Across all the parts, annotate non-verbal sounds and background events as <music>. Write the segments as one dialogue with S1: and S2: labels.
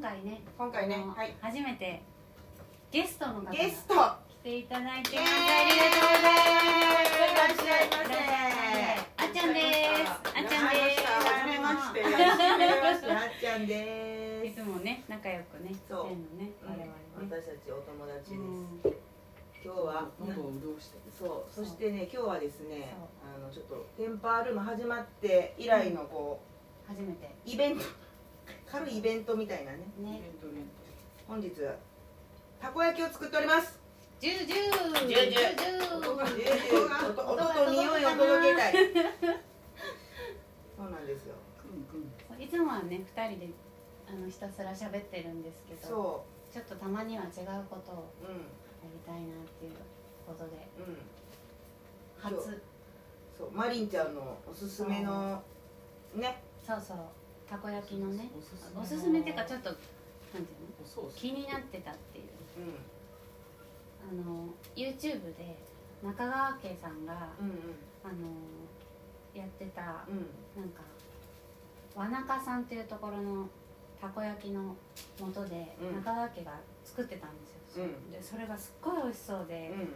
S1: 回ね
S2: 今回ね
S1: あの
S2: はい
S1: 初めてゲストの方が
S2: ゲ
S1: 来
S2: ストあ
S1: ていただいて
S2: り
S1: ます
S2: がとうございますいらっしゃいま
S1: あっちゃんですあっちゃんです
S2: はじめましてはじめましてあっちゃんで
S1: い
S2: す
S1: つもね仲良くねしてん
S2: そう
S1: のね我々ね
S2: 私たちお友達で
S1: う
S2: す
S1: ん
S2: 今日は
S3: 喉を潤して
S2: そうそしてね今日はですねあのちょっとテンパールーム始まって以来のこ
S1: 初めて
S2: うイベント軽いイベントみたいなね
S3: イベン
S1: ね
S3: トイベン
S2: 本日たこ焼きを作っております
S1: ジュージュー
S2: ジュージュー音
S1: ー
S2: と匂いを届けたいそうなんですよ
S3: トくんくん
S1: いつもはね二人であのひたすら喋ってるんですけど
S2: そ
S1: ちょっとたまには違うことを
S2: ううん
S1: やりたいなっていうことで
S2: うん
S1: 初
S2: そうそうマリンちゃんのおすすめのね
S1: そうそうたこ焼きのね
S3: おすす
S1: おすすめっていうかちょっとなんていうの
S3: おソース
S1: 気になってたっていう
S2: う
S1: あの YouTube で中川家さんが、
S2: んうん
S1: あのやってた
S2: うん
S1: なんか和中さんっていうところのたこ焼きの元で、
S2: うん
S1: 中川家が作ってたんですよ、
S2: うん
S1: でそれがすっごい美味しそう
S2: う
S1: で、
S2: ん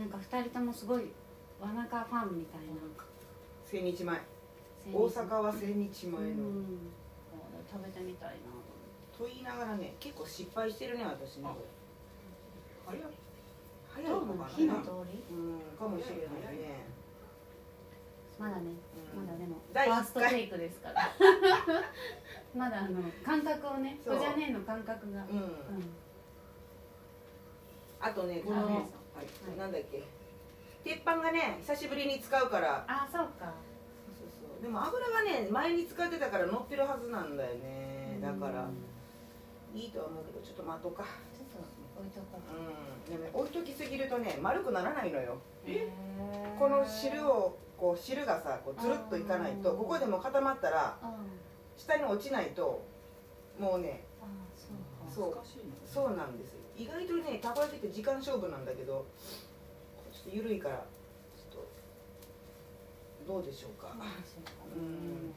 S1: なんか2人ともすごい和中ファンみたいな
S2: 千日前
S1: 先日
S2: 大阪は千日
S1: う
S2: 前の、
S1: ん食べてみたいなと思って。
S2: と言いながらね結構失敗してるね私ね
S3: あ
S2: 早い早い
S1: 今
S2: の
S1: 日
S2: か
S1: の火の
S2: な
S1: 通り
S2: うんかもしれないね
S1: まだね、
S2: うん
S1: まだでも
S2: 第一
S1: フ
S2: 回
S1: ァーストテイクですから <laughs> まだあの感覚をね
S2: そ
S1: お
S2: う
S1: じゃねえの感覚が、うん
S2: うんあとねこ
S1: あ
S2: の、
S1: ね
S2: はいなんだっけ鉄板がね久しぶりに使うから
S1: あそうか
S2: そうそうでも油がね前に使ってたから乗ってるはずなんだよねだから
S1: うん
S2: いいとは思うけどちょっと待とうか
S1: ちょっと置いとこう
S2: うんでもね置いときすぎるとね丸くならないのよ
S1: え
S2: この汁をこう汁がさこうつるっといかないと
S1: あー
S2: ここでも固まったら
S1: ああ
S2: 下に落ちないともうね
S1: あそうか
S2: そう
S3: 難しいね
S2: そうなんですよ意外とねたこ焼きって時間勝負なんだけどちょっと緩いからちょっとどうでしょうか
S1: どうでしょうか
S2: う
S1: うんん、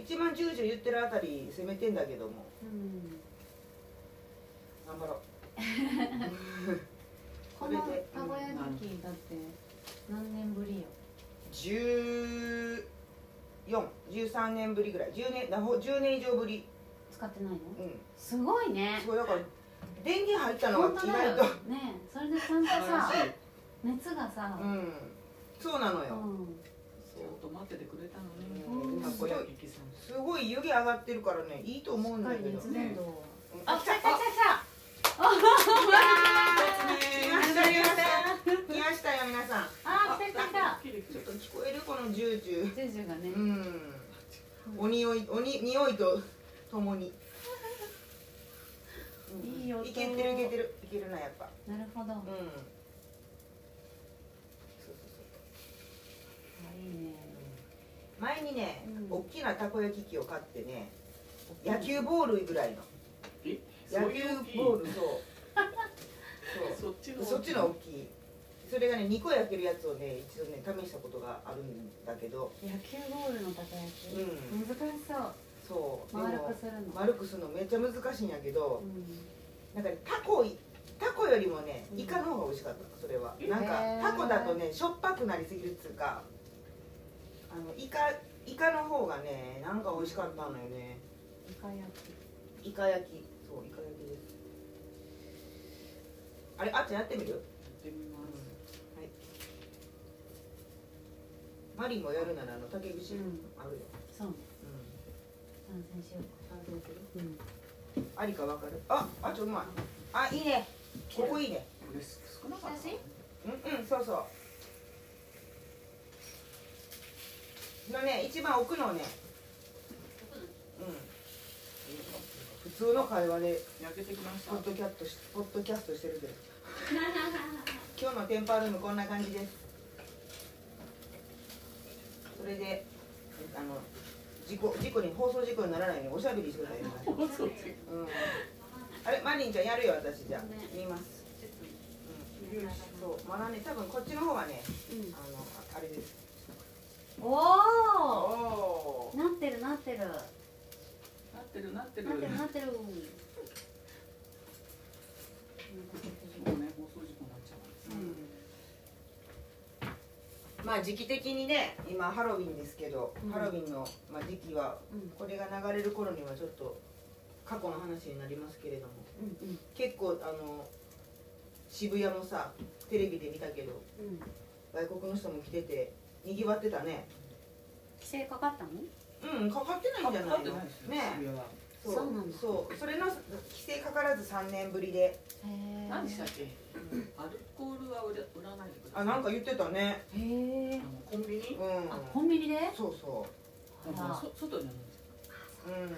S2: 一番十々言ってるあたり攻めてんだけども
S1: うん、
S2: 頑張ろう
S1: こ
S2: こ
S1: の
S2: れ
S1: た
S2: で
S1: こ焼き器だって何年ぶりよ
S2: 1413年ぶりぐらい10年だほ10年以上ぶり
S1: 使ってないの
S2: うん
S1: すごいね
S2: すごいだから電源入ったのが
S1: 本当だ
S2: 意
S1: よ
S2: 外と
S1: ねそれでちゃんと
S3: 素晴ら
S1: さ
S3: しい
S1: 熱がさ、
S2: うんそうなの
S1: う
S2: よ、
S1: ん
S2: そ
S3: ち
S2: う
S3: ゃんと待っててくれたの
S1: うん
S3: ねたこ焼きさん
S2: すごい湯気上がってるからねいいと思うんだけど、
S1: 熱伝導を
S2: うん
S1: あ、来た来た来
S2: 来ました来ました来ましたよ皆さん
S1: たあ、来た来た来た
S2: ちょっと聞こえるこのジュージュ
S1: ジュジュがね
S2: ーうんお匂いおに匂いとともにうん
S1: いい音
S2: いけてるいけてるいけるなやっぱ
S1: なるほどあ
S2: うん、そうそうそう
S1: いいね
S2: 前にね、
S1: うん
S2: 大きなたこ焼き器を買ってね野球ボールぐらいの野球ボールと
S3: そっち
S2: そう
S3: の
S2: そっちの大きいそれがね2個焼けるやつをね一度ね試したことがあるんだけど
S1: 野球ボールのたこ焼き
S2: うん
S1: 難しそう
S2: そう
S1: 丸
S2: でも
S1: くするの
S2: 丸くするのめっちゃ難しいんやけど
S1: う、ん
S2: なんかねタコいタコよりもね
S1: うん
S2: イカの方が美味しかったそれは
S3: へー
S2: なんかタコだとねしょっぱくなりすぎるっつうかあのイカイカの方がねなんか美味しかったのよね
S1: イカ焼き
S2: イカ焼きそうイカ焼きですあれあっちゃんやってみる
S3: やってみます
S2: マリンもやるならあの竹串
S1: うん
S2: あるよ、
S1: そうね
S2: う、
S1: 参戦しようん
S2: あどうする
S1: かうん
S2: ありかわかるああっちゃんうまいあいいねここいいね
S3: これ少なかっ
S1: 写
S3: た
S1: 真
S2: うんうんそうそうのね一番奥のねうん普通の会話で
S3: 焼けてきました
S2: ポッドキャットしポッドキャストしてるけど今日のテンパルームこんな感じですそれであの事故事故に放送事故にならないようにおしゃべりしてくださいね、
S3: おそっ
S2: う
S3: ち
S2: ん、あれマリンちゃんやるよ私じゃあ
S1: ね
S2: 見ます、
S1: ちょっと
S2: うん、そうまだね多分こっちの方はね
S1: うん
S2: あのああれです
S1: お
S2: お
S1: おなってるなってる
S3: なっってるなってる
S1: なってるなっ
S3: も
S1: てる。
S3: うね放送事故になっちゃうんですね、
S2: まあ時期的にね今ハロウィンですけど、
S1: うん
S2: ハロウィンの、まあ、時期は
S1: うん
S2: これが流れる頃にはちょっと過去の話になりますけれども
S1: うん
S2: 結構あの渋谷もさテレビで見たけど
S1: うんうん。
S2: 外国の人も来ててにぎわってたね
S1: 規制かかったの？
S2: うんかかってないんじゃないの
S3: い
S2: ね
S3: 渋谷は
S2: そう
S1: そうなんだ
S2: そうそれの規制かからず3年ぶりで
S1: へえ。
S3: 何でしたっけ、アルコールは売ら売らないでください
S2: あなんか言ってたね
S1: へえ
S3: あ。のコンビニ
S2: うん
S1: あコンビニで？
S2: そうそ
S3: なんかそ外じゃないです
S2: う
S3: か
S2: うん
S1: でも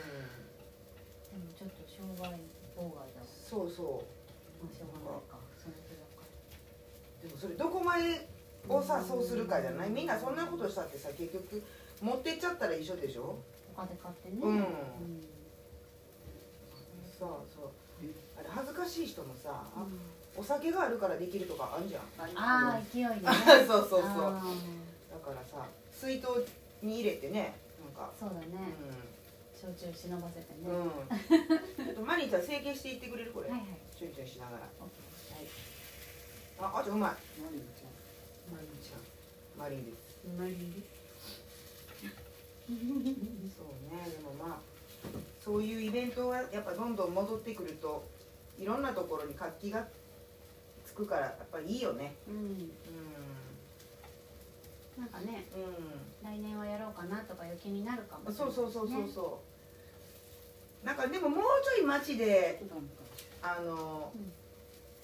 S1: ちょっと障害妨害だ。
S2: そうそう
S1: まあしょうがないか。それくらいか。
S2: でもそれどこまでをさそうするかじゃないみんなそんなことしたってさ結局持ってっちゃったら一緒でしょ
S1: 他で買ってね。
S2: う
S1: う
S2: ん、
S1: ん。
S2: そうそうあれ恥ずかしい人もさ、
S1: うん
S2: お酒があるからできるとかあんじゃん
S1: ああ勢いでね。
S2: <laughs> そうそうそうだか
S1: あ
S2: らさ水筒に入れてねなんか
S1: ーそうだ
S2: う
S1: ね。焼酎忍ばせてね。
S2: ん、う
S1: は
S2: ん、ちょっとマリーちゃん整形していってくれるこれ、
S1: いはい。
S2: ちょいちょいしながら
S1: OK はい。
S2: ああちゃんうまい
S3: 何言っちゃ
S2: マリーちゃんマリーです
S1: うまい。
S2: そうねでもまあそういうイベントがやっぱどんどん戻ってくるといろんなところに活気がつくからやっぱいいよね
S1: うん。
S2: う
S1: なんかね。
S2: ん
S1: 来年はやろうかなとか余計になるか
S2: う
S1: も
S2: ん
S1: しれ
S2: そ
S1: な
S2: う
S1: い
S2: そうそうそう
S1: ね
S2: そう、なんかでももうちょい街で
S3: うなん
S2: あ
S3: か
S2: の、
S1: うん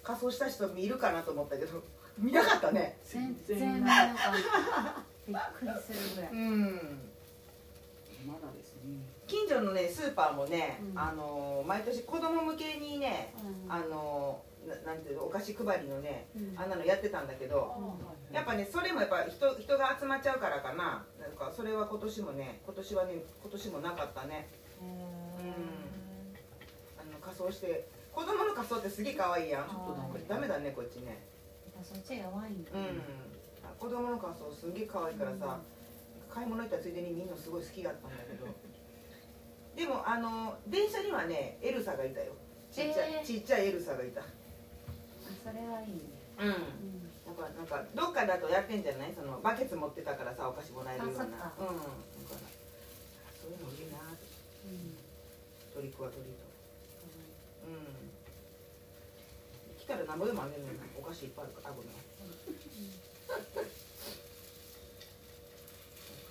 S2: 仮装した人もいるかなと思ったけど見なかったね
S1: 全然なんかびっくりするぐらい、
S2: うん
S3: まだですね
S2: 近所のねスーパーもね、
S1: うん
S2: あの毎年子供向けにね
S1: うん
S2: あのななんていうのお菓子配りのね
S1: うん
S2: あんなのやってたんだけどやっぱねそれもやっぱ人人が集まっちゃうからかななんかそれは今年もね今年はね今年もなかったね
S1: へ
S2: あの仮装して子供の仮装ってすげえ可愛いやん
S1: ー
S2: こ
S3: ょっとなんか
S2: れダメだねこっちね
S1: ーそっち弱いんだ
S2: うんあ子供の仮装すんげえ可愛いからさ買い物行ったついでにみんなすごい好きだったんだけどでもあの電車にはねエルサがいたよちっちゃい、
S1: えー
S2: ちっちゃいエルサがいた
S1: あそれはいいね、
S2: うんなん
S1: うん、
S2: かなんかどっかだとやってんじゃないそのバケツ持ってたからさお菓子もらえるような
S1: あそ
S2: う
S1: っ
S2: ん
S1: か
S2: だからそういうのいいなってトリックはトリートうん来たら何ぼでもあげるのよお菓子いっぱいあるからあごめんお菓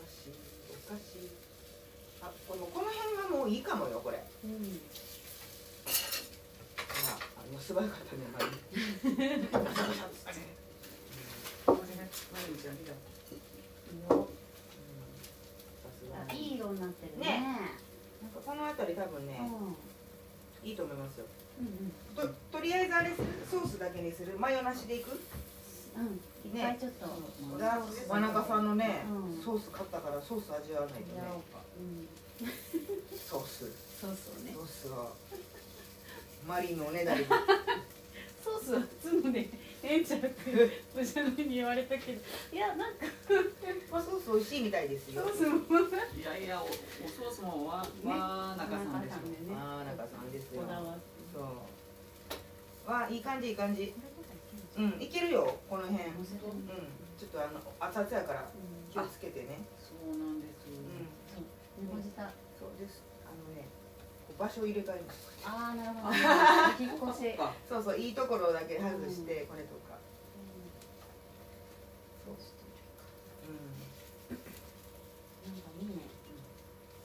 S2: 子お菓子あこのこの辺がもういいかもよこれ
S1: うん、うん
S2: ああの素早かったねマリ <laughs> ーガサガサっつって
S3: マリちゃん見た
S2: うんさす
S1: あ
S2: が
S1: いい色になってるね
S2: ねなんかこの辺り多分ね
S1: うん、うん
S2: いいと思いますよ
S1: うん
S2: ととりあえずあれするソースだけにするマヨなしでいく
S1: うんいっぱいちょっと、
S2: が真中さんのね、
S1: うん
S2: ソース買ったからソース味わわないと
S1: やろ
S2: ね
S1: うか、うん、
S2: ソース
S1: ソースをね
S2: ソースはマリのおねだり
S1: ソースは積むでえんちゃんくんおしゃれに言われたけどいやなんか
S2: まあソース美味しいみたいですよ
S1: も
S3: いやいやおソースもわわ中さんでしょ
S1: ね
S2: 真中さんですよ
S1: こだわっ
S2: そうわいい感じいい感じ
S1: これとかいけんじ
S2: うんいけるよこの辺うん
S1: ゃん面白いね
S2: ちょっとあの熱々やから
S1: う
S2: 気をつけてね
S3: そうなんです
S2: うん
S1: ん猫舌あ
S2: そうですあのねこう場所を入れ替える
S1: あなるほどね引っ越しうん
S2: そうそういいところだけ外してこれとか
S1: そうしてる
S2: う
S1: な
S2: ん
S1: んかいいね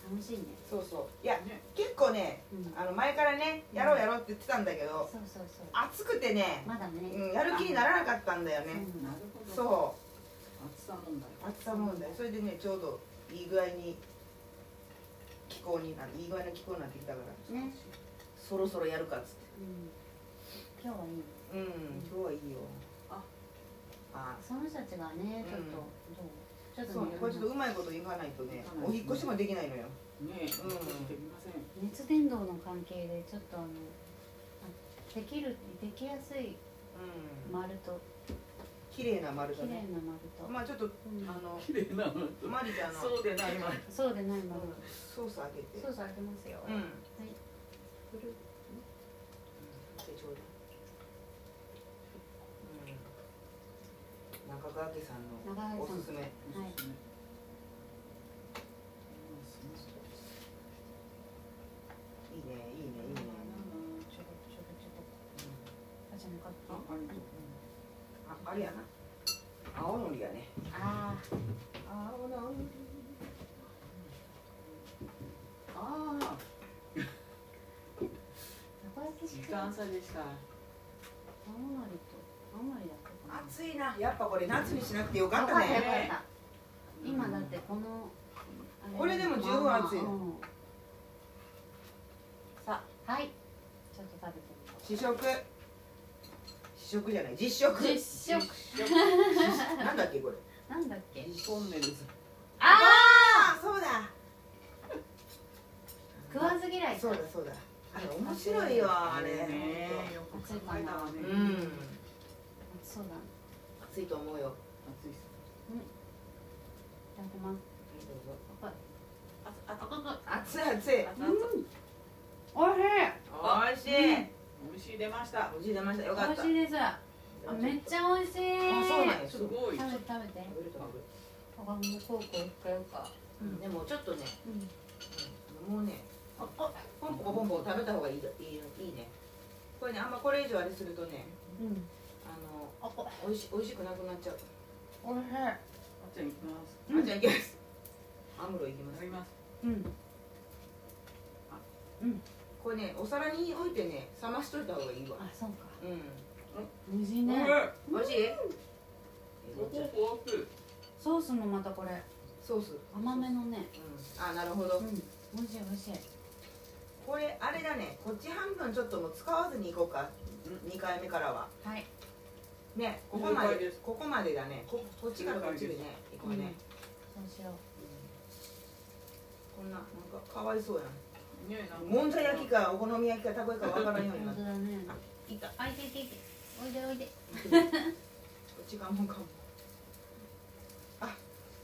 S1: 楽しいね
S2: そうそういや
S3: ね
S2: 結構ね
S1: うん
S2: あの前からねやろうやろうって言ってたんだけ
S1: そう
S2: ど
S1: そうそう
S2: 暑くてね
S1: まだね
S2: うんやる気にならなかったんだよね
S3: なるほど
S2: そう
S3: 暑さ問題
S2: 暑さ問題それでねちょうどいい具合に気候になるいい具合の気候になってきたから
S1: ね
S2: そろそろやるかっつっ
S1: うん今日はいい
S2: てうん今日はいいよ
S3: あ
S2: あ
S1: その人たちがねちょっとどうちょっ
S2: そ
S1: と
S2: う
S1: ね
S2: ねこれちょっとうまいこと言わないとね
S3: うん
S2: お引っ越しもできないのよ
S3: ねえできません
S1: 熱伝導の関係でちょっとあのあできるできやすい
S2: うん
S1: 丸と
S2: 綺麗な丸
S1: 綺
S2: だ
S1: 麗
S2: ね
S1: な丸と、
S2: まあちょっと
S1: うん
S2: あの
S3: 綺麗なの
S2: マリちゃんの
S3: そうでない今
S1: そうでない
S2: うん
S1: 丸、
S2: ソースあげて
S1: ソース開けますよ、
S2: うん
S1: はい
S2: うん
S1: フル
S2: 手帳だうん中川家さん
S1: 長
S2: の
S1: 谷
S2: お
S1: さ
S2: すす
S1: ん
S2: め
S1: はい
S2: いいねいいねいいね
S1: ちょこちょこちょこあじゃなかった
S2: ああれやな青のりやね
S1: あ
S2: 青のり
S3: ああ
S1: ーたこ焼き
S3: 時
S1: しか
S3: 間差でした
S1: 青のりと青のりだったかな
S2: 暑いなやっぱこれ夏にしなくてよか
S1: よ
S2: っ
S1: か
S2: た
S1: ったよ
S2: ね
S1: かった今だってこのあ
S2: これでも十分熱いの
S1: うんさあはいちょっと食べてみよ
S2: 試食試食じゃない実食
S1: う実食
S2: <laughs> なんだっけこれ
S1: なんだっけ
S3: トンネルズ
S1: あ
S2: ああそうだ
S1: ー食わず嫌い
S2: そうだそうだあれ面白いわあれ
S3: ねよく考えたわね
S2: うん
S1: そうだい
S2: 暑いと思うよ
S3: 暑いっす
S1: ただきます
S3: あああああ
S2: 暑い暑い
S3: あ
S1: おいしい
S2: おいしい
S3: 美味しい出ました
S2: おじい出ましたよか
S1: お
S2: っ
S1: い
S2: た
S1: しいですあ
S2: あ
S1: めっちゃおいしい
S2: そうなんやち
S3: す
S2: ょっと
S3: ごい
S1: 食べて食べて
S2: 食べる食べる
S1: あもうこうこう一回よか
S2: うんでもちょっとね
S1: うん
S2: うんもうねああポンポコポンポコ食べた方がいいだいいよいいねこれねあんまこれ以上あれするとね
S1: うん
S2: あの
S1: あこ
S2: おいしおいしくなくなっちゃう
S1: おいし
S3: あっちゃん行きます
S2: あじゃあいきますアムロいきま
S3: いた
S2: す
S3: だきます
S1: いうん
S2: これねお皿に置いてね冷ましといた方がいいわ
S1: あそうか
S2: うん
S1: 無事
S3: おい
S1: ね
S2: おいしい
S3: ご
S2: えー
S3: ほく
S1: ソースもまたこれ
S2: ソース
S1: 甘めのね
S2: うんあなるほど
S1: うん美味しい美味しい
S2: これあれだねこっち半分ちょっともう使わずにいこうか
S3: う
S2: 2回目からは
S1: はい
S2: ねここま
S3: 了解で
S2: ですここまでだねここっちからこっちでね行こうね、
S1: そうしよう
S2: こんななんかかわいそうや
S3: ねなんん
S2: もんじゃ焼きかお好み焼きかたこ焼きかわからんようにな
S1: 本
S2: っ
S1: 当だね
S2: ていた
S1: あいていていておいでおいで
S2: 違うもんかもあ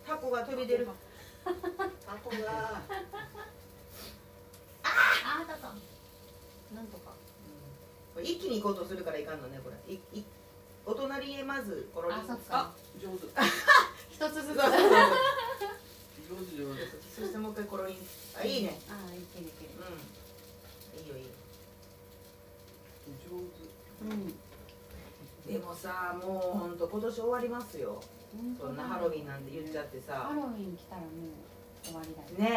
S2: タコが飛び出る
S3: タコが
S1: ああだかなんとか
S2: これ一気に行こうとするからいかんのねこれいいお隣へまずコロリン
S1: あそっか
S3: あ上手
S1: 一つ
S2: そ
S1: ず
S2: う
S1: つ
S2: そう
S1: あ
S2: そう
S3: 上手上手
S2: <laughs> そしてもう一回コロリンあいいね
S1: あいけるいける
S2: うんいいよいいよ
S3: 上
S1: うん
S2: でもさもうほんと今年終わりますよ
S1: 本
S2: そ
S1: 当
S2: んな
S1: だ
S2: ハロウィンなんて言っちゃってさ
S1: ハロウィン来たらもう終わりだよ
S2: <laughs> ねえ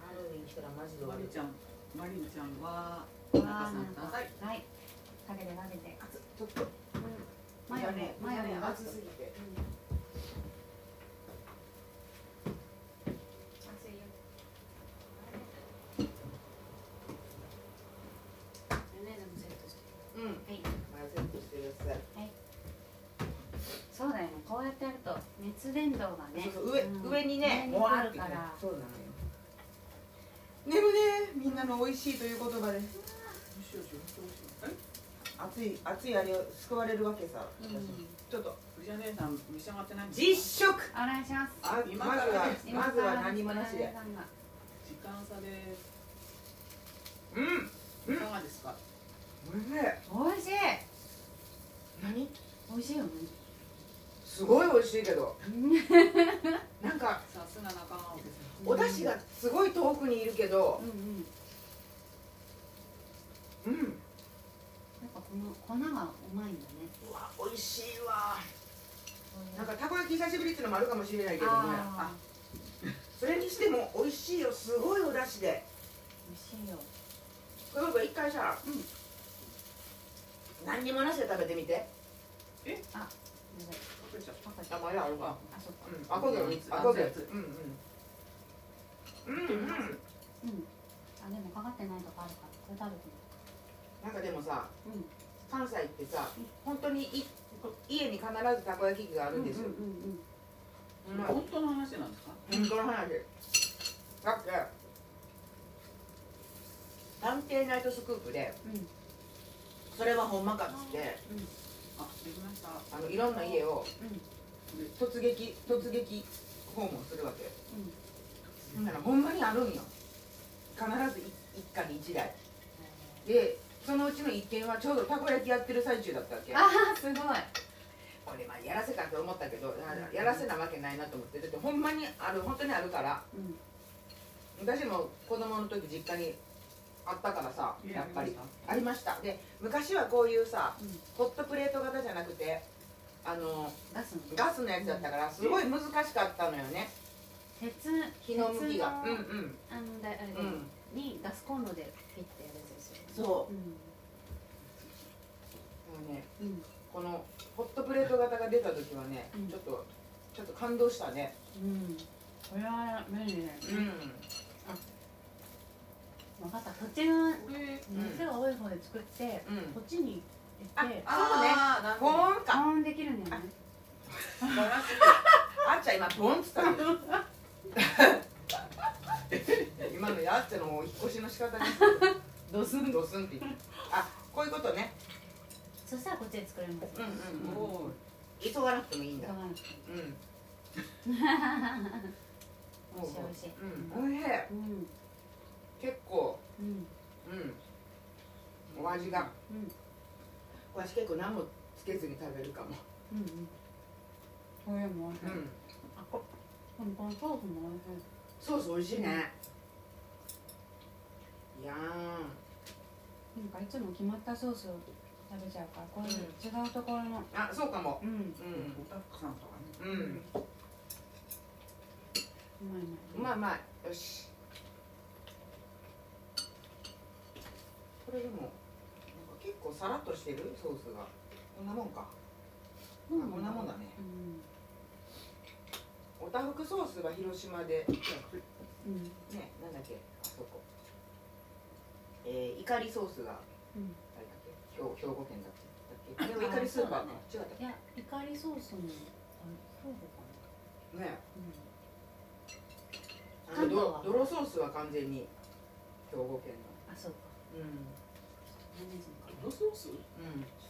S2: ハロウィン来たらマジで終
S3: 手
S2: わ
S3: マリ
S2: り
S3: ちゃんマリちゃんは
S1: わ
S3: 田中
S1: あ
S3: さんださい
S1: はいかけてかけて
S2: あちょっと
S1: マヨネマヨネ
S2: 暑すぎてうん
S1: はい
S2: マヨセットしてください
S1: そうだよねこうやってやると熱伝導がね
S2: そうそう上
S1: うん
S2: 上にね
S1: 上に来る
S2: て
S1: から
S2: そうなのよ眠ねみんなの美味しいという言葉で
S3: よしよしよしよしえ
S2: 熱い熱いあれを救われるわけさ私
S1: うん
S2: ちょっと
S3: 藤谷姉さん召し上がってないんですか
S2: 実食
S1: お願いします
S2: あ
S3: 今
S2: ま
S3: か
S2: ず
S3: ら
S2: は
S1: 今
S2: ま
S1: か
S2: ずは
S1: ら
S2: 何もなしで
S1: 田中さんが
S3: 時間差で
S2: うん
S3: すいかがですか
S2: おいしい
S1: 美味しい
S2: 何
S1: 美味しいよね
S2: すごい美味しいけどなんか
S3: さすが仲間ですね
S2: お出汁がすごい遠くにいるけど
S1: うんうん
S2: うん
S1: なんかこの粉がうまいんだね
S2: うわ美味しいわなんかたこ焼き久しぶりっていうのもあるかもしれないけどね
S1: あー
S2: それにしても美味しいよすごいお出汁で
S1: 美味しいよ
S2: この子一回さ、
S1: うん
S2: 何にもなしで食べてみて
S1: やばい
S3: 隠れちゃっ
S1: パカちゃ
S2: あ
S1: ん
S2: まだあるわ
S3: た
S1: あそっか
S2: うんあこげ
S3: 熱い
S2: あこげ
S3: 熱い
S2: うんうんうんうん
S1: うんあでもかかってないとかあるからこれ食べて
S2: なんかでもさ
S1: みる
S2: 関西ってさ本当にい家に必ずたこ焼き器があ
S1: うん
S2: るんですよ、
S1: うんうんうん
S2: うまい
S3: 本当の話なんですか
S2: 本当の話だって「探偵ナイトスクープ」で
S1: うん
S2: それはほんまかっつって、
S1: うん
S3: あできましたう
S2: あのいろんな家を
S1: うん
S2: 突撃突撃訪問するわけよ
S1: うん
S2: ほんならほんまにあるんよ必ずい一家に一台でそのうちの一軒はちょうどたこ焼きやってる最中だったわけ
S1: ああすごい
S2: これまあやらせかと思ったけどあやらせなわけないなと思ってだってほんまにある本当にあるから
S1: うん
S2: 私も子供の時実家にあったからさ
S3: いや
S2: やっぱり
S3: あ
S2: ありましたで昔はこういうさ
S1: うん
S2: ホットプレート型じゃなくてあの
S1: ガスの
S2: ガスのやつだったからすごい難しかったのよね
S1: 鉄
S2: 日の向きが
S1: 鉄
S2: うん
S1: の
S2: うん
S1: あのだあれで
S2: うん
S1: にガスコンロでピッてやるやつですよね
S2: そうもうね
S1: んうん
S2: このホットプレート型が出た時はね、
S1: うん
S2: ちょっとちょっと感動したね
S1: うんこれは便利だよ
S2: うん、
S1: ね分かったこっちの
S3: で
S1: 熱が多い方で作ってこっちに行って
S2: あそうね
S3: あーなる
S2: 保
S3: ほど
S2: 温か
S1: 保温できるんだよね
S3: バランス
S2: あっちゃん今ボンっつったの <laughs> 今のやっちゃんのお引っ越しの仕方です
S1: どうす
S2: ドスンって言ってあこういうことね
S1: そしたらこっちで作れます
S2: うん
S3: す
S2: うんうん
S3: ごい
S2: 急がなくてもいいんだ
S1: だから
S2: <laughs> うん
S1: 美味しい美味しい
S2: うん、おいしい
S1: うん
S2: 結構
S1: うん
S2: うんお味が
S1: うん
S2: 私結構何もつけずに食べるかも
S1: うんうんこれも美味しい
S2: うん
S1: あこでもこのソースも美味しい
S2: ソース美味しいねいやー
S1: なんかいつも決まったソースを食べちゃうからこういう違うところの
S2: あそうかも
S1: うんう
S2: う
S3: おたふくさんとかね
S2: んうん
S1: まいう
S2: まいうまいよしこれでもなんか結構さらっとしてるソースがこんなもんか
S1: う
S2: あこんなもんだね
S1: うん
S2: おたふくソースは広島で
S1: うん
S2: ねなんだっけあそこえー、イカリソースが
S1: うん
S2: 誰だっけ兵兵庫県だっけだっけでもイカリスーパーね違ったっ
S1: いやイカリソースもあれそうか
S2: けね
S1: なうん
S2: あの
S1: 関東は
S2: ど泥ソースは完全に兵庫県
S1: あそうか
S2: の
S1: マヨネーズもか
S3: ロソースっ
S2: う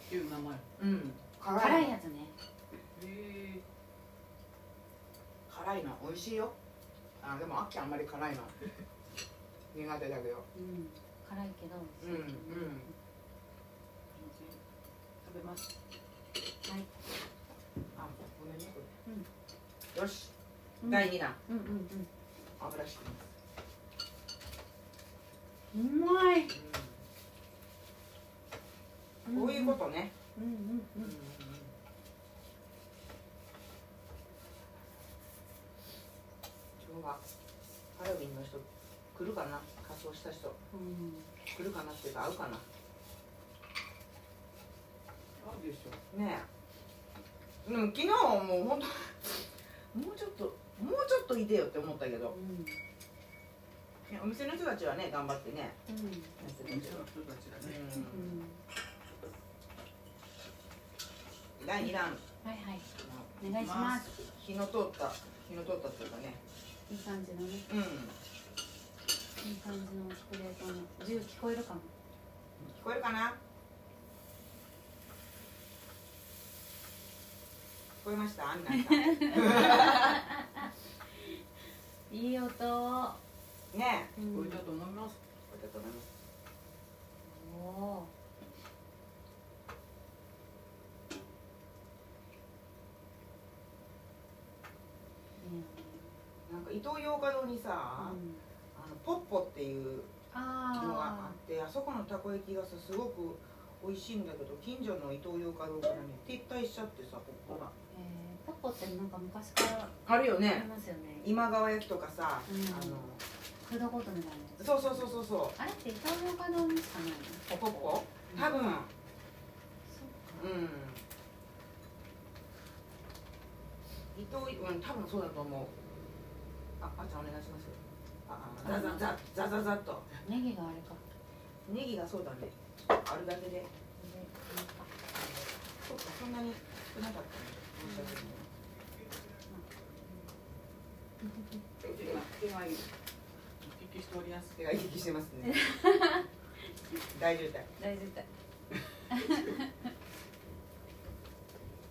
S3: ていう名前へ
S2: んうんうん辛
S1: 辛
S2: い
S1: いやつね
S3: え
S2: 辛いの美味しいよあでも秋あんまり辛
S1: <laughs>
S2: いの苦手だけど
S1: うん辛いけど
S2: うんうん
S3: 食べます
S1: はい
S2: あごめんねこれ、よし
S1: うん
S2: 第2弾
S1: うんうん
S2: 油敷きま
S1: うんうまい
S2: す、こういうことね、
S1: うんうんうんうん
S2: 今日はハロウィンの人来るかな仮装した人
S1: うん
S2: 来るかなっていうか会うかな
S3: あるでしょ
S2: ねえでも昨日はもう本当もうちょっともうちょっといてよって思ったけど
S1: うん
S2: ねお店の人たちはね頑張ってね
S1: う
S2: や
S1: ん
S2: って
S3: お
S2: たけ
S3: 店
S2: ど
S3: の人たちだね
S2: うん
S1: う
S2: 第2弾
S1: んはいはいお願いします
S2: 火の通った火の通ったっていうかね
S1: いい感じのね
S2: うん聞
S1: いい感じのスプレートの銃聞こえるかも
S2: こえるかな聞こえましたア
S1: <laughs>
S2: ンナさん
S1: いい音
S2: ね
S1: う
S3: 聞こ
S1: ん
S3: えたと思います
S2: えこれだと思います
S1: おーいい
S2: なんか伊東洋華堂にさ、
S1: なうん
S2: あのポッポっていうのがあ
S1: あ
S2: ってあそこのたこ焼きがさすごく美味しいんだけど近所の伊東洋華堂からね撤退しちゃってさここが
S1: ー、えー、ポッポってなんか昔から
S2: あるよ
S1: ありますよね
S2: 今川焼きとかさ、
S1: うん
S2: あの
S1: フードコートみたいなやつ
S2: そうそうそうそうそう
S1: あれってイタリアかどうにしかないの
S2: ポッポ多分
S1: そ
S2: うん伊藤うん多分そうだと思うああーちゃんお願いしますああザザザザザザっと
S1: うかネギがあれか
S2: ネギがそうだねあるだけ
S1: でな
S2: で
S1: んか
S2: そっかそんなに少なかったね申し
S3: 手
S2: 訳
S3: が
S2: ない
S3: 手がいい一匹しておりやす
S2: 手が息してます <laughs> ね大渋滞
S1: 大丈夫だ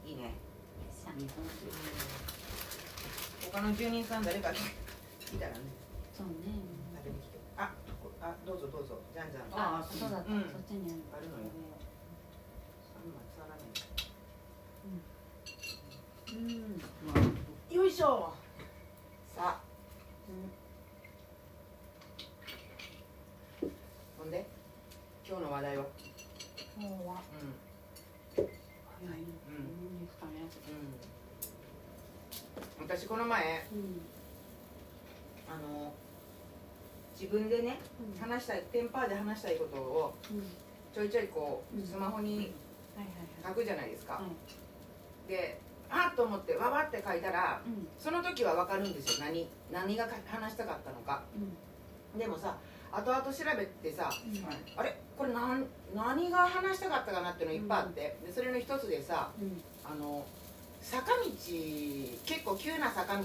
S3: 日本酒
S2: 他の住人さん誰かいたらね
S1: そうね
S2: 食べに来てあこあどうぞどうぞじゃんじゃんあ
S1: あ
S3: あ
S1: そうだった、
S2: うん
S1: そっちにある
S2: るのよあんま触らない
S1: うん
S3: まあ
S2: よいしょさあほんで今日の話題は
S1: 今日は
S2: うん
S1: 何何ですかね
S2: うん私この前
S1: うん
S2: あの自分でね
S1: うん
S2: 話したいテンパーで話したいことを
S1: うん
S2: ちょいちょいこ
S1: うん
S2: うスマホに
S1: はいはい
S2: 書くじゃないです
S1: は
S2: か
S1: い、はい
S2: であっと思ってわわって書いたら
S1: うん
S2: その時は分かるんですよ何何がか話したかったのか
S1: うん
S2: でもさ後々調べてさ
S1: うん
S3: はい
S2: あれこれ何何が話したかったかなっていうのいっぱいあってでそれの一つでさ
S1: うん
S2: あの坂道結構急な坂道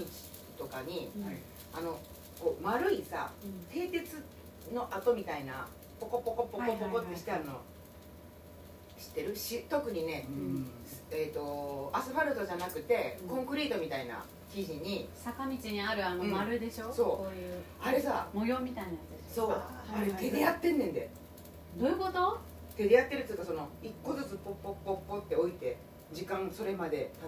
S2: とかに
S1: うん
S3: はい
S2: あのこう丸いさ
S1: うん
S2: 蹄鉄の跡みたいなポコポコポコポコってしてあるの知ってるし特にね
S3: うん
S2: えー、とアスファルトじゃなくて
S1: うん
S2: コンクリートみたいな生地に、
S1: 坂道にあるあの
S2: うん
S1: 丸でしょ、
S2: そう
S1: こういう
S2: あれさ
S1: 模様みたいなやつでしょ
S2: そう
S3: あー
S2: あれ
S3: はいはいはい
S2: 手でやってんねんで
S1: どういうこと
S2: 手でやってるっていうかその一個ずつポッポッポッポって置いて時間それまでた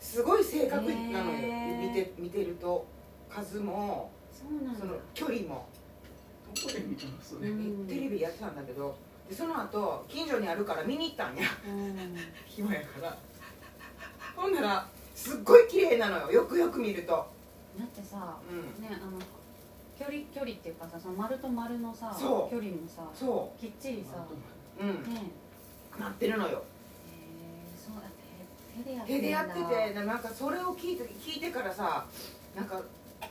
S2: すごい正確なのよ、
S1: へー
S2: 見て見てると数も
S1: そうなん
S2: そ
S1: だ
S2: の距離も、
S3: どこで見たのそれ、
S1: うん
S2: テレビやってたんだけどでその後近所にあるから見に行ったんや <laughs>
S1: うん
S2: 暇やからほんならすっごい綺麗なのよよくよく見ると、
S1: だってさ
S2: うん、
S1: ねあの距離距離っていうかさその丸と丸のさ
S2: そう
S1: 距離もさ
S2: そ
S1: きっちりさ
S2: ううん
S1: ね
S2: なってるのよ
S1: えーそうだ手手でやって
S2: 手
S1: んだ
S2: でやっててなんかそれを聞いて聞いてからさなんかあ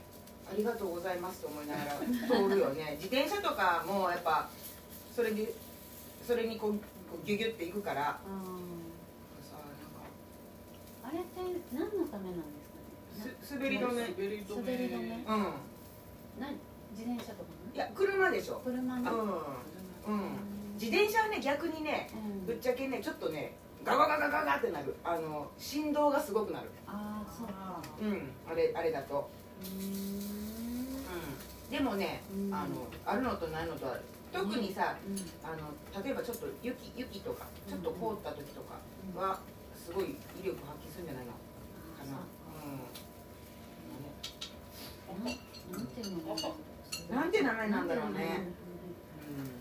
S2: りがとうございますと思いながら通るよ <laughs> ね自転車とかもやっぱそれでそれにこうこうギュギュっていくから
S1: うん
S2: さな
S1: あれって何のためなんですか
S2: ん
S1: ね
S2: かす滑り止め
S3: 滑り止め
S1: 滑り止め
S2: うん
S1: なな自転車とか
S2: い
S1: ね
S2: や車でしょ
S1: 車
S2: うん
S1: の
S2: うん自転車はね逆にね
S1: うん
S2: ぶっちゃけねちょっとねガガガガガガってなるあの振動がすごくなる
S1: ああそうか
S2: うんあれあれだと
S1: うー
S2: うんでもね
S1: うん
S2: あのあるのとないのとある特にさ
S1: んうん
S2: あの例えばちょっと雪雪とかちょっと凍った時とか
S1: あ
S2: はすごい威力発揮するんじゃないのか
S1: ー
S2: な
S1: そうなんなんていうのか
S2: うんなんて名前なんだろう
S1: なんて
S2: ねうん、うん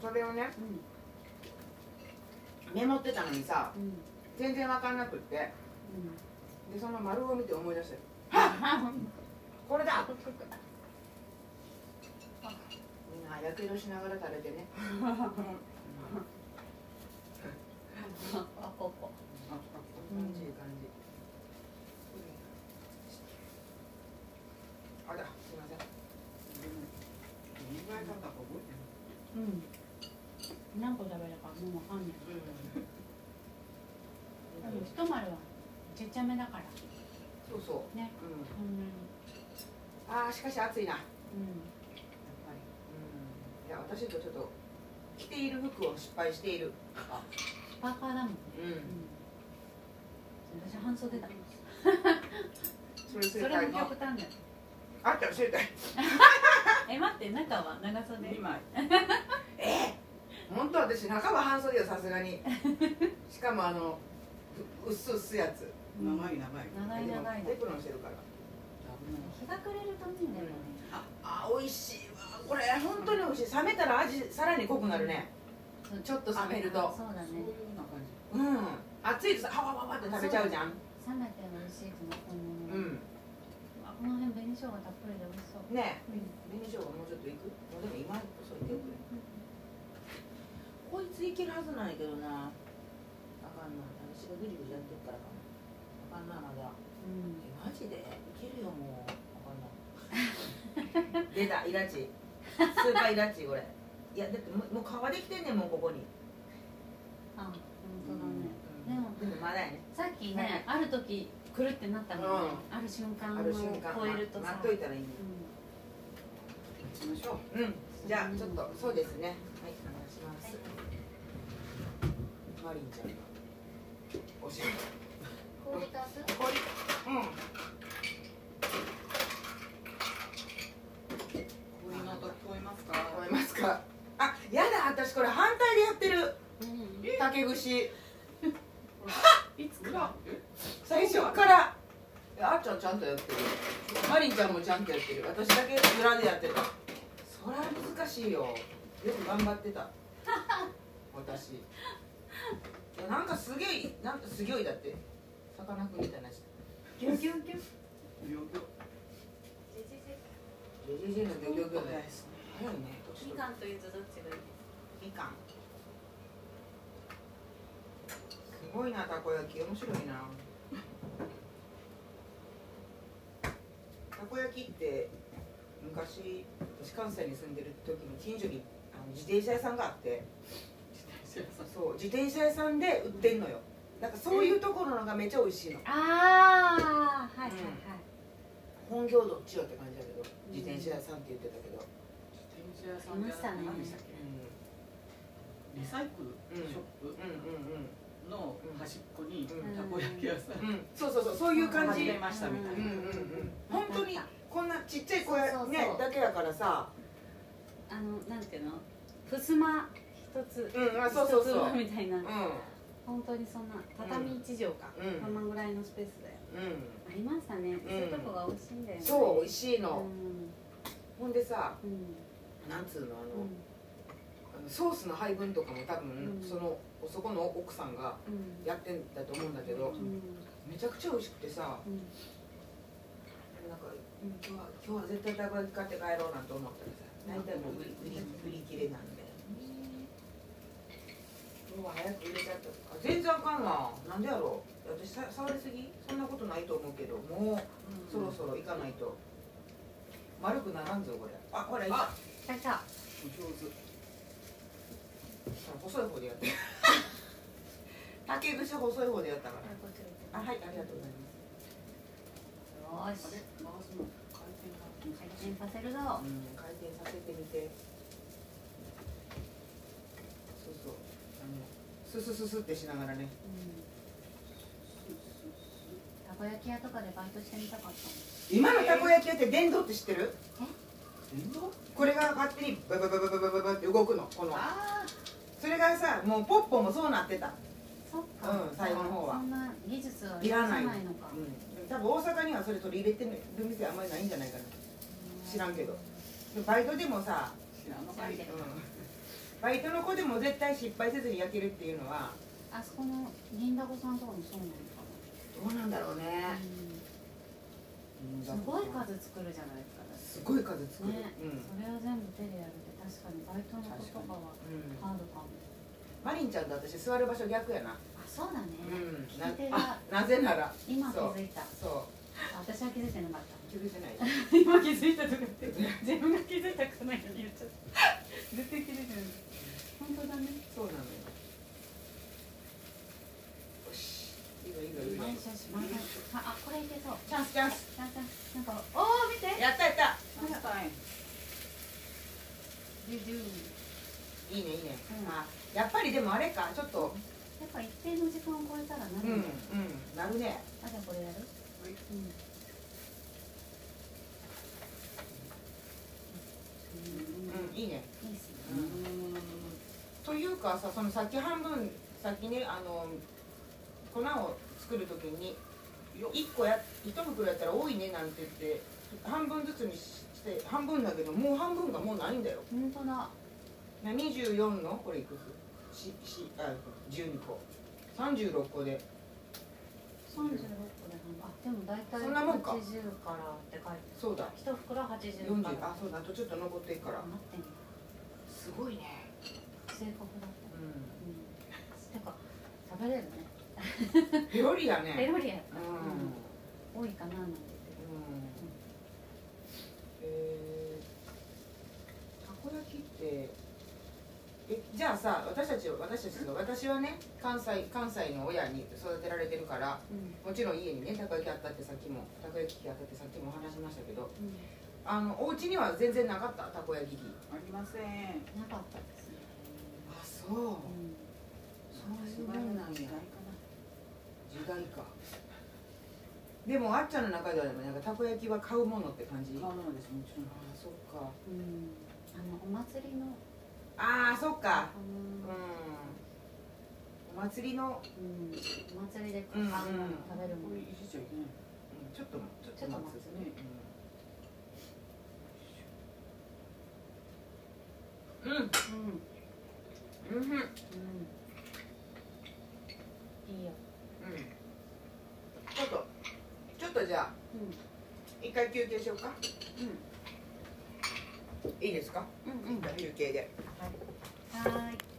S2: それをね
S1: うんうん
S2: メモってたのにさ
S1: うんうん
S2: 全然分かんなくってで
S1: うん
S2: その丸を見て思い出したよ
S1: あ
S2: これだ <laughs> みんなやけどしながら食べてねうん
S1: ここ
S2: あ感じいい感じあらすいません
S3: 見栄え方覚えて
S1: う
S3: る
S1: ん何個食べるかもうわかんないでも一丸はちっちゃめだから
S2: そうそう、
S1: ね
S2: うん、
S1: そんなに
S2: あーしかし暑いなやっぱ
S1: う
S2: り、うん、いや私とちょっと着ている服を失敗している
S1: んパーカーだもんね
S2: う
S1: うんん私半袖だ
S2: それ
S1: そ
S2: 正
S1: れ
S2: 解
S1: も極端だよ
S2: あったら正解
S1: え待って中は長袖
S3: 二枚
S2: 本当私中は半袖よさすがにしかもあのうっすうっすやつ
S1: うん
S3: 長い長い
S1: 長い長い
S2: エプロンしてるから
S1: 日が暮れるといいんだよね
S2: ああ美味しいわこれ本当に美味しい冷めたら味さらに濃くなるね
S1: そう
S2: ちょっと冷める
S1: あ
S2: と
S1: そうだね
S3: そういうような感じ
S2: うん熱いとさハワワワって食べちゃうじゃん
S1: 冷めて美味しいと思う
S2: う、ん
S1: あこの辺紅生姜たっぷりで美味しそう
S2: ね
S1: うん
S2: え紅しょうがもうちょっといくもうでも今それでよくねこいついけるはずないけどなあかんな私がグリグリやってるからかなあかんなまだ
S1: うん
S2: えマジでいけるよもうあか <laughs> んな出たイラチスーパーイラチこれいやだってもうもう皮できてんねんもうここに
S1: あ本当だね
S2: うん
S1: でも
S2: でもまだやね
S1: さっきね、ある時来るってなったもんね、ある瞬間
S2: あ
S1: を
S2: る瞬間
S1: 超えると
S2: 待
S1: さ
S2: っといたらいいね
S1: う
S3: 行きましょう
S2: うん、じゃあちょっとそうですね。はい、お願いします。マリンちゃんが教えて
S1: 氷足す
S2: 氷うん
S3: 氷の音聞こえますか
S2: 思いますかあやだ私これ反対でやってる
S1: うん
S2: 竹串
S3: いつから
S2: 最初からいやあっちゃんちゃんとやってるマリンちゃんもちゃんとやってる私だけ裏でやってたそりゃ難しいよよく頑張ってた私いやなんかすげえなんかすげえだってさかなクンみたいなやつ
S1: ギュギュギュ
S3: えよよ
S2: ジェジェジェのギョギョギョのや
S3: で
S2: つ
S3: すね
S2: 早いねちょっと
S4: というとどっちがいい
S2: みかんすごいなたこ焼き面白いなたこ焼きって昔私関西に住んでる時の近所にあの自転車屋さんがあって
S3: 自転車屋さん
S2: そう自転車屋さんで売ってんのよなんかそういうところのがめっちゃ美味しいの
S1: ああはいはいはい
S2: 本業どっちよって感じだけど自転車屋さんって言ってたけど
S3: 自転車屋さんってあの何でしたっけリサイクルショップ
S2: うんう
S3: の端っこに
S2: うん
S3: たこ焼き屋さん
S2: んうんうんうんそうそうそうそういう感
S3: 始
S2: じ
S3: めましたみたい
S2: うんう
S3: なん
S2: うん本当にこんなちっちゃい
S1: そ
S2: 子
S1: うそうそう
S2: ねだけだからさ
S1: あのなんていうのふすま一つ
S2: うんあ
S1: 一
S2: そうそうそ
S1: つ
S2: うう
S1: ま
S2: んうん
S1: みたいな本当にそんな畳一畳か
S2: うん
S1: こんなぐらいのスペースだよありましたねそういうとこが美味しいんだよね
S2: そう美味しいうの
S1: ん
S2: ほんでさ
S1: うん
S2: なんつうのあ
S1: うん
S2: のあのソースの配分とかも多分
S1: うん
S2: そのそこの奥さんが
S1: うん
S2: やってんだと思うんだけど
S1: うん
S2: めちゃくちゃ美味しくてさ
S1: うん
S2: なんかうん今日は今日は絶対たこ焼き買って帰ろうなんて思ったらさ大体もう売り売り売り切れなんで今日は早く売れちゃったとか全然あかんわなんでやろう私さ触りすぎそんなことないと思うけどもうそろそろ行かないと丸くならんぞこれあこれ今
S3: あ
S1: 来た来た
S3: お
S2: 細い
S3: 上手
S2: 方でやって竹串細い方でやったか
S4: こっち
S2: らあはいありがとうございます
S1: よ
S3: あ
S1: し
S3: れ回すの回転が
S1: 回転させるぞ
S2: うん、回転させてみてそうそうあのススススってしながらね
S1: うんたこ焼き屋とかでバイトしてみたかった
S2: 今のたこ焼き屋って電動って知ってる
S3: 電動
S2: これが勝手にババババババババって動くのこの
S3: あ
S2: それがさもうポッポもそうなってた
S1: もんそっか、
S2: うん最後の方は
S1: そんな技術はい
S2: らない
S1: ないのか
S2: うん、多分大阪にはそれ取り入れてる店あんまりないんじゃないかな知らんけどでバイトでもさ、
S3: ー知らんの
S1: 知ら
S3: か
S1: ん
S3: い
S1: けど
S2: うんバイトの子でも絶対失敗せずに焼けるっていうのは
S1: あそこの銀だこさんとかもそうなのか
S2: どうなんだろうね
S1: な、うんすごい数作るじゃないですかだって
S2: すごい数作る、
S1: ね
S2: う
S1: そ
S2: ん、うん
S1: れを全部手でやるって確かにバイトの子とかはハードかも
S2: マリンちゃんと私座る場所逆やな、
S1: あそうだね、
S2: うんな
S1: 聞き手が
S2: あなぜなら
S1: 今気づいた
S2: そ
S1: 私は気づいてなかった
S2: う気づいてない
S1: <laughs> 今気づいたとか言って自分が気づいたくないのに言っちゃった <laughs> 絶対気づいてない本当だね
S2: そうなのよよしいいよいいよいいよ
S1: 毎週毎週ああこれいけそう
S2: チャンスチャンス
S1: なんかなんかおお見て
S2: やったやった
S3: 何したい
S1: ドゥドゥ
S2: いいねいいね、
S1: うん
S2: あやっぱりでもあれかちょっと
S1: やっぱ一定の時間を超えたらな
S2: うん
S1: る
S2: うん
S1: だ、
S2: なるね
S1: あじゃあこれやる
S3: は
S1: う
S3: い
S1: ん
S2: う
S1: うん
S2: んいいね
S1: いいっすね
S3: うーん
S2: というかさその先半分先ねあの粉を作る時に
S3: よ
S2: 1個や1袋やったら多いねなんて言って半分ずつにして半分だけどもう半分がもうないんだよ
S1: 本当だ
S2: な24のこれいくつししあ12個36個で
S1: 三十六個で半分あでも大体
S2: そんなもんか
S1: 八十からって書いて
S2: そうだ
S1: 一袋八十
S2: 40
S1: から
S2: あそうだあとちょっと残っていくから
S1: なってんの
S2: すごいね
S1: 正確だった
S2: う
S1: うんてか食べれるね
S2: んペロリだ
S1: ペ
S2: ね
S1: ロリやっ
S2: う
S1: た、
S2: ん
S1: 多いかななんて
S2: うんえーたこ焼きってえじゃあさ私たち私たちが私はね関西関西の親に育てられてるから
S1: うん
S2: もちろん家にねたこ焼きあったってさっきもたこ焼き器あったってさっきも話しましたけど
S1: うん
S2: あのお家には全然なかったたこ焼き器
S3: ありません
S1: なかったですね
S2: あそう
S1: うん
S2: そそういうもんなんや時代かでもあっちゃんの中ではでもなんかたこ焼きは買うものって感じ
S3: 買う
S2: ああ
S3: ものですもちろん
S2: そっか
S1: うんあのお祭りの
S2: ああそっか
S1: うん
S2: うんお祭りの
S1: うんお祭りで買うもの
S2: うんうん
S1: 食べるも
S3: こ
S1: の
S3: れいじっちゃいけな
S2: う
S3: い
S2: んちょっとちょっ
S1: ちょ
S2: と
S1: っと
S2: 待
S1: 待
S2: つ
S1: つ
S3: ね
S2: うんうん
S1: う
S2: うんうん
S1: んいいよ
S2: ちょっとちょっとじゃあ
S1: う
S2: 一回休憩しようかいいですか
S1: んうんうん
S2: 一
S1: は
S2: 回休憩で
S1: ーい